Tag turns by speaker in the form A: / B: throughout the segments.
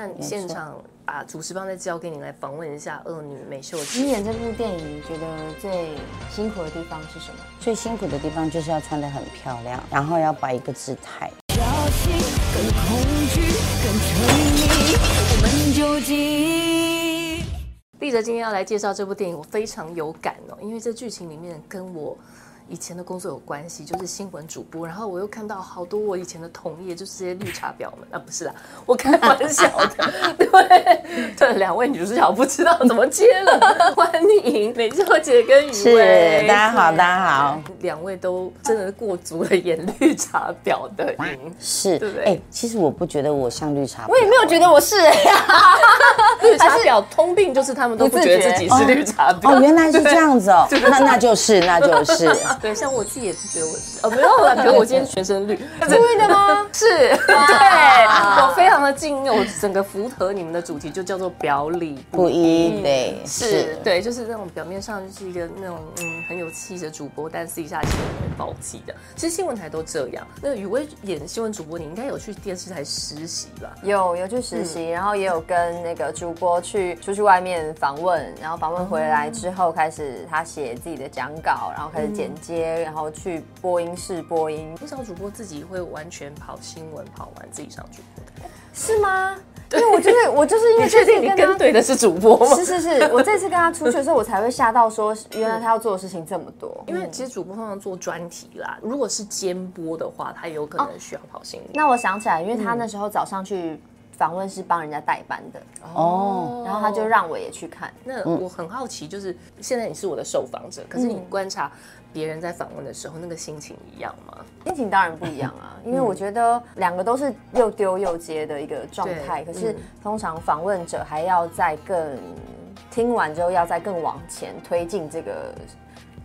A: 那你现场把主持棒再交给你来访问一下恶女美秀
B: 你
A: 子。
B: 演这部电影，觉得最辛苦的地方是什么？
C: 最辛苦的地方就是要穿得很漂亮，然后要摆一个姿态。
D: 小心，更恐惧，更沉迷，我们究竟？
A: 丽哲今天要来介绍这部电影，我非常有感哦，因为这剧情里面跟我以前的工作有关系，就是新闻主播。然后我又看到好多我以前的同业，就是这些绿茶婊们啊，不是啦，我开玩笑 的。对对，两位女主角不知道怎么接了，欢迎美秀姐跟雨
C: 是
A: 薇。，
C: 大家好，大家好。
A: 两位都真的过足了演绿茶婊的瘾，
C: 是
A: 对不对，
C: 哎、其实我不觉得我像绿茶婊，
B: 我也没有觉得 我是、
A: 绿茶婊通病就是他们都不觉得自己是绿茶婊。
C: 哦，原来是这样子 哦，那那就是那就是，
A: 对，像我自己也不觉得我是，哦，没有 啦，可是我今天全身绿，
B: 对的吗？
A: 是，对，我非常的敬业，我整个符合你们的主题，就叫做表里
C: 不一对
B: 嗯
A: 是，对，就是那种表面上就是一个那种嗯很有气质的主播，但私底下其实很暴气的。其实新闻台都这样。那雨薇演新闻主播，你应该有去电视台实习吧？
B: 有有去实
C: 嗯
B: 习，然后也有跟那个主播去出去外面访问，然后访问回来之后，开始他写自己的讲稿，然后开始剪接，
C: 嗯
B: 然后去播音室播音，
A: 很少主播自己会完全跑新闻，跑完自己上主播。
B: 是吗？因为我就是我就是因为
A: 你确
B: 这次
A: 定你
B: 跟
A: 跟
B: 他。
A: 对的是主播吗？
B: 是是是，我这次跟他出去的时候，我才会吓到说，原来他要做的事情这么多。
A: 因为其实主播通常做专题啦，如果是兼播的话，他有可能需要跑新闻。
B: 那我想起来，因为
A: 嗯
B: 他那时候早上去访问是帮人家代班的，
C: 哦，
B: 然后他就让我也去看。
A: 那我很好奇，就是现在你是我的受访者，可是你观察别人在访问的时候，那个心情一样吗？
B: 心情当然不一样啊，因为
A: 嗯
B: 我觉得两个都是又丢又接的一个状态，
A: 对
B: 可是
A: 嗯
B: 通常访问者还要再更听完之后要再更往前推进这个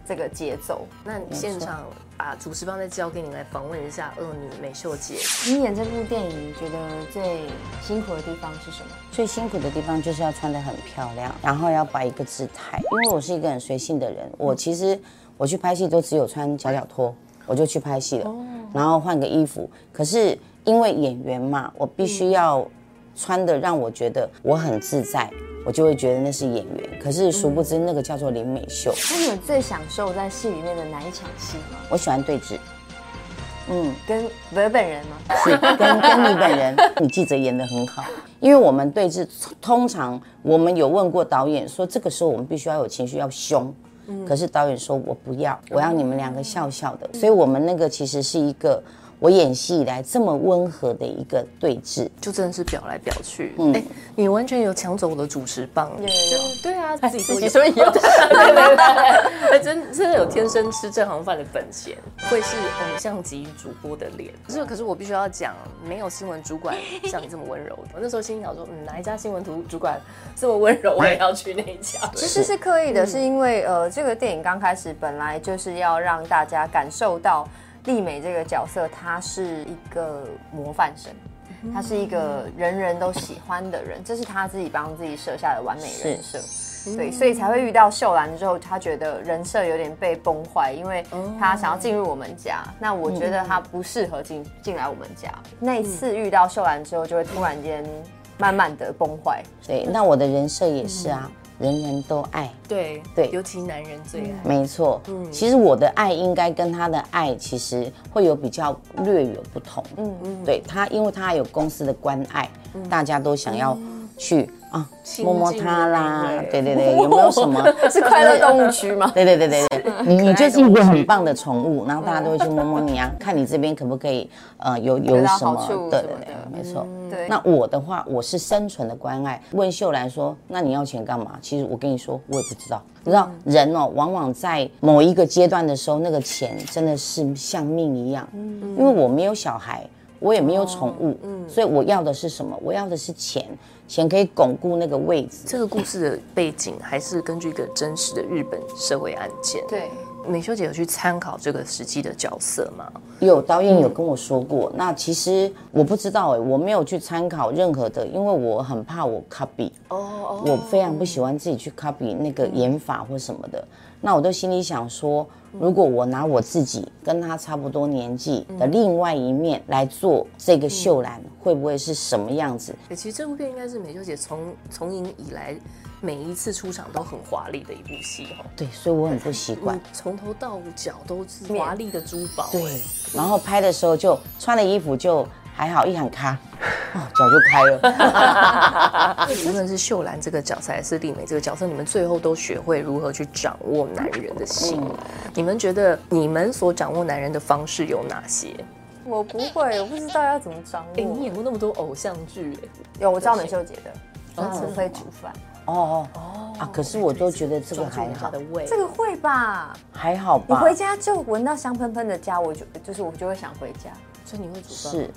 B: 这个节奏。
A: 那你现场把主持棒再交给你来访问一下恶女美秀姐，
B: 你演这部电影，你觉得最辛苦的地方是什么？
C: 最辛苦的地方就是要穿得很漂亮，然后要摆一个姿态。因为我是一个很随性的人，我其实我去拍戏都只有穿脚脚拖，我就去拍戏了，然后换个衣服。可是因为演员嘛，我必须要穿的让我觉得我很自在，我就会觉得那是演员。可是殊不知那个叫做林美秀，
B: 那你们最享受在戏里面的哪一场戏吗？
C: 我喜欢对峙。
B: 跟本本人吗？
C: 是跟跟你本人，你记者演的很好，因为我们对峙，通常我们有问过导演说，这个时候我们必须要有情绪，要凶。可是导演说我不要，我要你们两个笑笑的，所以我们那个其实是一个我演戏以来这么温和的一个对峙。
A: 就真的是表来表去。哎，你完全有抢走我的主持棒，真对啊，自己自己说有， 对对对对对，真真的有天生吃正行饭的本钱，会是偶像级主播的脸。可是可是我必须要讲，没有新闻主管像你这么温柔的。我那时候心想说，嗯，哪一家新闻主主管这么温柔，我也要去那一 家。
B: 其实是刻意的，是因为呃，这个电影刚开始本来就是要让大家感受到丽美这个角色，她是一个模范生，她是一个人人都喜欢的人，这是她自己帮自己设下的完美人设。对，所以才会遇到秀兰之后，她觉得人设有点被崩坏，因为她想要进入我们家，那我觉得她不适合进进来我们家。那一次遇到秀兰之后，就会突然间慢慢的崩坏。
C: 对，那我的人设也是啊，人人都爱。
A: 对嗯
C: 对
A: 尤其男人最爱。
C: 没错，
B: 嗯
C: 其实我的爱应该跟他的爱其实会有比较略有不同，嗯嗯，对他，因为他有公司的关爱，
B: 嗯
C: 大家都想
B: 哦
C: 要去啊
A: 亲
C: 摸摸
A: 近
C: 他
A: 的
C: 啦
A: 那，
C: 对对对，有没有 什么？
B: 是快乐动物区吗？
C: 对对对对对，你你就是一个很棒的宠物，然后大家都会去摸摸你啊，看你这边可不可以呃有有
B: 嗯得到
C: 什
B: 好
C: 么
B: 处？
C: 对
B: 什
C: 对
B: 么
C: 对
B: 的，嗯
C: 没错。
B: 对，
C: 嗯那我的话，我是生存的关爱。问秀兰说：“那你要钱干嘛？”其实我跟你说，我也不知道。你知道人哦，往往在某一个阶段的时候，那个钱真的是像命一样。因为我没有小孩，我也没有宠物，所以我要的是什么？我要的是钱，钱可以巩固那个位置。
A: 这个故事的背景还是根据一个真实的日本社会案件。，
B: 对，
A: 美秀姐有去参考这个实际的角色吗？
C: 有导演
A: 嗯
C: 有跟我说过，那其实我不知道哎、我没有去参考任何的，因为我很怕我 copy。
A: 哦哦
C: 我非常不喜欢自己去 copy 那个演法或什么的。那我就心里想说，如果我拿我自己跟他差不多年纪的另外一面来做这个秀兰，会不会是什么样子？
A: 欸其实这部片应该是美秀姐从从影以来每一次出场都很华丽的一部戏哦。
C: 对，所以我很不习惯
A: 嗯。从头到脚都是华丽的珠宝，哎
C: 对，然后拍的时候就穿的衣服就还好，一喊咔，哦，脚就开 了。
A: 无论是秀兰这个角色还是丽美这个角色，你们最后都学会如何去掌握男人的心。你们觉得你们所掌握男人的方式有哪些？
B: 我不会，我不知道要怎么掌
A: 哎、你
B: 握。
A: 演过那么多偶像剧、欸，
B: 有，我知道美秀姐的，然后
A: 真
B: 很
A: 的
B: 会煮饭，
C: 哦哦啊！可是我都觉得这个
A: 抓住
C: 还
A: 了他
C: 好
A: 的，胃。
B: 这个会吧？
C: 还好
B: 你
C: 吧？
B: 回家就闻到香喷喷的家，我就就是我就会想回家。
A: 所以你会煮饭？
C: 是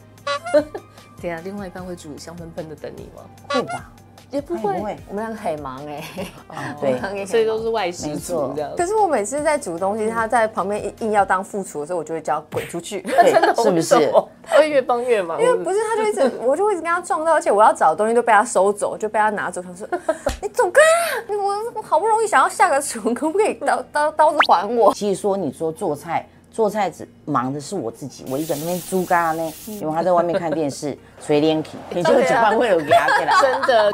A: 对啊，另外一半会煮香喷喷的等你吗？
C: 会吧？
A: 也不
C: 哎不会，
B: 我们两个很忙哎、
A: 嗯
C: 对
B: 我们两个 很忙
A: 哦所以都是外食族
C: 没错
A: 这样
B: 可。是我每次在煮东西，他在旁边硬硬要当副厨的时候，我就会叫他滚出去。
C: 对，是不
A: 为什
C: 是？
A: 么？他 会越帮越忙。
B: 因为不是，他就一 直，我就会一直跟他撞到，而且我要找的东西都被他收走，就被他拿走。他说：“ 你走开啊！你我我好不容易想要下个厨，可不可以刀刀刀子还我
C: 其实说你说做菜，做菜只忙的是我自己，我一个人在那边猪嘎呢，
A: 嗯
C: 因为他在外面看 电视，吹连体，
A: 欸
C: 你就煮饭会有给他给他。
A: 真的。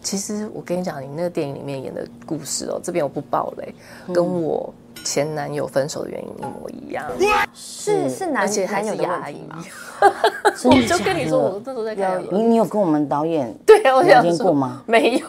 A: 其实我跟你讲，你那个电影里面演的故事哦，这边我不爆雷，
B: 嗯
A: 跟我前男友分手的原因一模一样，？”
B: 是是男
A: 而且还
B: 男友
A: 是
B: 的问
A: 牙
B: 题
A: 医
B: 吗？。
C: 真
A: 我
C: 的
A: 就
C: 假
A: 跟你
C: 的
A: 说，我那时候在看牙医
C: 你你有跟我们导演
A: 对啊，我
C: 聊
A: 想
C: 天
A: 说
C: 过吗？
A: 没有，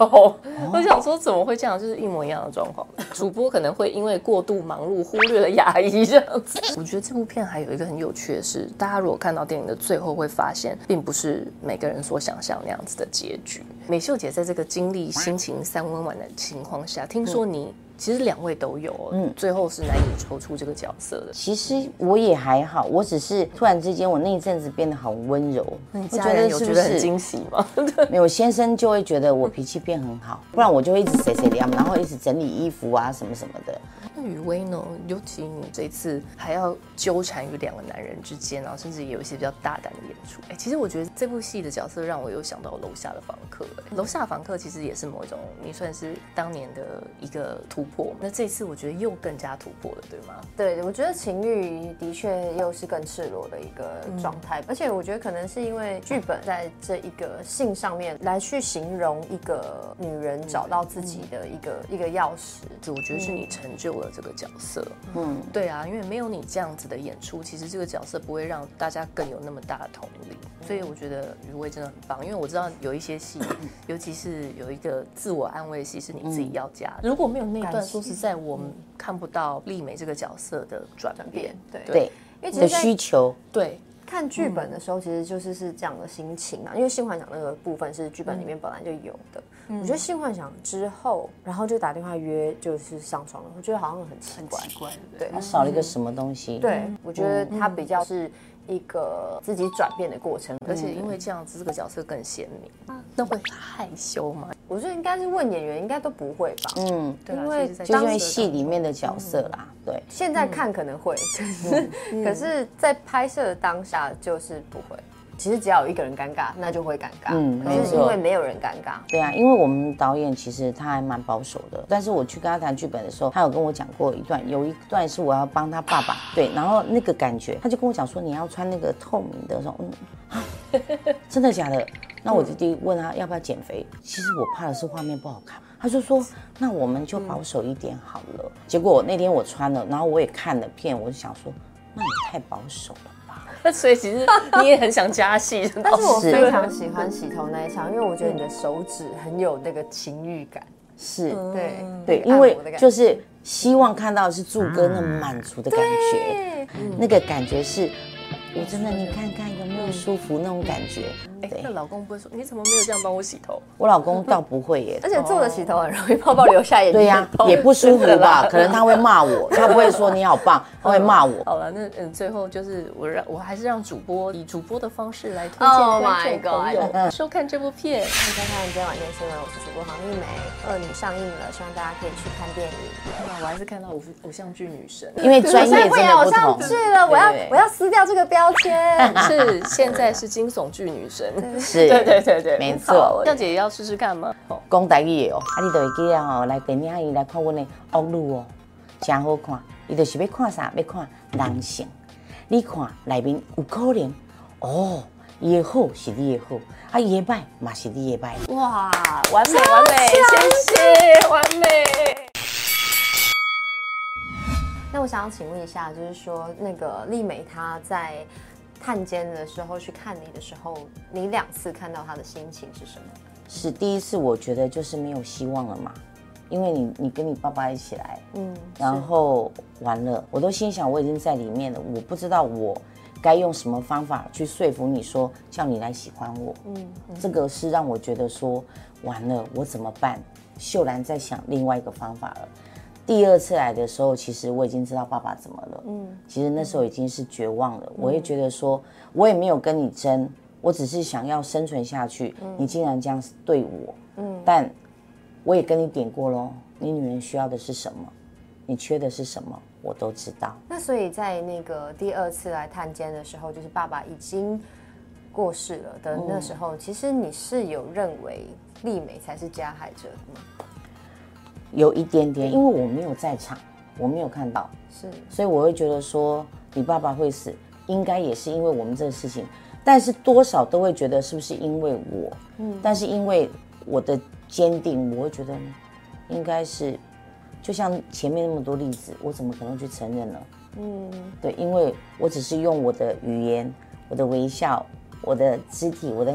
A: 我想说怎么会这样，就是一模一样的状况。主播可能会因为过度忙碌忽略了牙医这样子。我觉得这部片还有一个很有趣的是，大家如果看到电影的最后，会发现并不是每个人所想象那样子的结局。美秀姐在这个经历心情三温暖的情况下，听说你。其实两位都有哦，嗯，最后是难以抽出这个角色的。
C: 其实我也还好，我只是突然之间，我那一阵子变得好温柔。
A: 你
C: 我
A: 家人有
C: 是
A: 觉
C: 不
A: 得很
C: 是？
A: 惊喜吗？
C: 没有先生就会觉得我脾气变 很好，不然我就会一直谁谁凉，然后一直整理衣服啊什么什么的。
A: 那雨薇呢？尤其你这次还要纠缠于两个男人之间，然后甚至也有一些比较大胆的演出。哎、其实我觉得这部戏的角色让我有想到楼下的房客、哎楼下的房客其实也是某一种你算是当年的一个突破。那这次我觉得又更加突破了，对吗？
B: 对，我觉得情欲的确又是更赤裸的一个状态，而且我觉得可能是因为剧本在这一个性上面来去形容一个女人找到自己的一个、一个钥匙。
A: 就我觉得是
B: 嗯
A: 你成就了这个角色。嗯，对啊，因为没有你这样子的演出，其实这个角色不会让大家更有那么大的同理。
B: 嗯
A: 所以我觉得余薇真的很棒，因为我知道有一些 戏，尤其是有一个自我安慰戏是你自己要加的。如果没有那一段，
B: 嗯感谢嗯
A: 说实在，我们看不到丽美这个角色的转变。
B: 对嗯
C: 对，
B: 因为
C: 你
B: 其
C: 的
B: 实在
C: 需求
A: 对，
B: 看剧本的时候，其实就是是这样的心情啊，因为性幻想那个部分是剧本里面本来就有的。我觉得性幻想之后，然后就打电话约，就是上床了，我觉得好像很奇怪。
A: 怪，
B: 对
C: 它少了一个什么东西。
B: 对，我觉
C: 哦
B: 得它
C: 嗯
B: 比较是一个自己转变的过程，
A: 而且
B: 嗯
A: 因为这样子，这个角色更鲜明。那会害羞吗？
B: 我觉得应该是问演员，应该都不会吧？
C: 嗯，
A: 对啊
B: 因为
A: 其实在
C: 就是因
A: 角
C: 为
A: 色
C: 戏里面的角色啦，对。
B: 现在看可能会，可
C: 嗯
B: 是、可是在拍摄的当下就是不会。其实只要有一个人尴尬，那就会尴尬。
C: 嗯
B: 可
C: 没
B: 是
C: 错
B: 因为没有人尴尬，
C: 对啊，因为我们导演其实他还蛮保守的，但是我去跟他谈剧本的时候，他有跟我讲过一段，有一段是我要帮他爸爸，对，然后那个感觉，他就跟我讲说你要穿那个透明的，我说嗯，啊真的假的？那我弟弟问他要不要减肥，其实我怕的是画面不好看，他就说那我们就保守一点好了。结果那天我穿了，然后我也看了片，我就想说那也太保守了吧，
A: 那 所以其实你也很想加戏，
B: 但是我
C: 是
B: 非常喜欢洗头那一场，因为我觉得你的手指很有那个情欲感。
C: 是。
A: 嗯
B: 对
C: 嗯对，
B: 那个
C: 因
B: 按
C: 为
B: 摩嗯的感觉
C: 就是希望看到的是柱哥那满足的感觉，嗯那个感觉是，我真的你看看有没有舒服那种感觉。
A: 哎
C: 对
A: 那，老公不会说你怎么没有这样帮我洗头？
C: 我老公倒不会耶
B: 而，且做了洗头很容易泡泡留下眼睛。
C: 对呀、也不舒服吧？可能他会骂我，他不会说你好棒，他会骂我。
A: 好了，那嗯，最后就是我让我还是让主播以主播的方式来推
B: Oh
A: 荐
B: my
A: 观众朋友收看这部片。
B: 欢迎收看今天晚间新闻，我是主播黄丽梅。二女上映了，希望大家可以去看电影。
A: 那我还是看到偶偶像剧女神，
C: 因为专业真
B: 会有
C: 的不
B: 上
C: 同，
B: 去了，我要
C: 对
B: 我要撕掉这个标签。
A: 是现在是惊悚剧女神。
C: 是，
A: 对对对对，
C: 没错
A: 好向姐也要试试看吗？好
C: 讲台语的哦，啊，你就会记得哦，来跟阿姨来看我的恶路哦，真好看。伊就是要看啥？要看人性。你看内面有可能，哦，伊的好是你的好，啊，伊的歹嘛是你的歹。
B: 哇，完美完美，谢谢，完美。那我想要请问一下，就是说那个丽美她在探监的时候去看你的时候，你两次看到她的心情是什么？
C: 是第一次，我觉得就是没有希望了嘛，因为你你跟你爸爸一起来，
B: 嗯，
C: 然后完了，我都心想我已经在里面了，我不知道我该用什么方法去说服你说叫你来喜欢我，嗯，这个是让我觉得说完了我怎么办？秀兰在想另外一个方法了。第二次来的时候，其实我已经知道爸爸怎么了，嗯，其实那时候已经是绝望了，我也觉得说我也没有跟你争，我只是想要生存下去，你竟然这样对我，嗯，但我也跟你点过喽，你女人需要的是什么，你缺的是什么，我都知道。
B: 那所以在那个第二次来探监的时候，就是爸爸已经过世了的那时候，其实你是有认为丽美才是加害者的吗？
C: 有一点点，因为我没有在场，我没有看到，
B: 是，
C: 所以我会觉得说你爸爸会死，应该也是因为我们这个事情，但是多少都会觉得是不是因为我，嗯，但是因为我的坚定，我会觉得应该是，就像前面那么多例子，我怎么可能去承认呢？嗯，对，因为我只是用我的语言、我的微笑、我的肢体、我的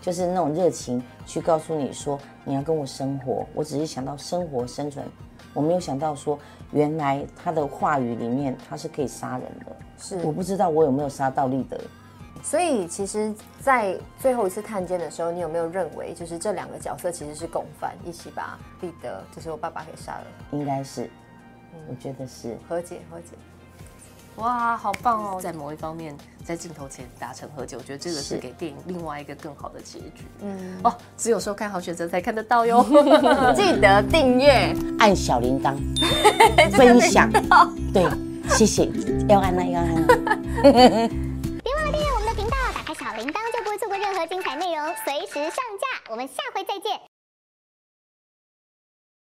C: 就是那种热情去告诉你说你要跟我生活，我只是想到生活生存，我没有想到说原来他的话语里面他是可以杀人的，
B: 是
C: 我不知道我有没有杀到立德，
B: 所以其实，在最后一次探监的时候，你有没有认为，就是这两个角色其实是共犯，一起把彼得，就是我爸爸给杀了，
C: 应该是，我觉得是。
B: 和解和 解。
A: 哇，好棒哦！在某一方面，在镜头前达成和解，我觉得这个是给电影另外一个更好的结局。嗯，哦，只有收看好选择才看得到 哟。
B: 记得订阅，
C: 按小铃铛，分享，对，谢谢，要按了，要按了。
E: 别忘了订阅我们的频道，打开小铃铛就不会错过任何精彩内容，随时上架。我们下回再见。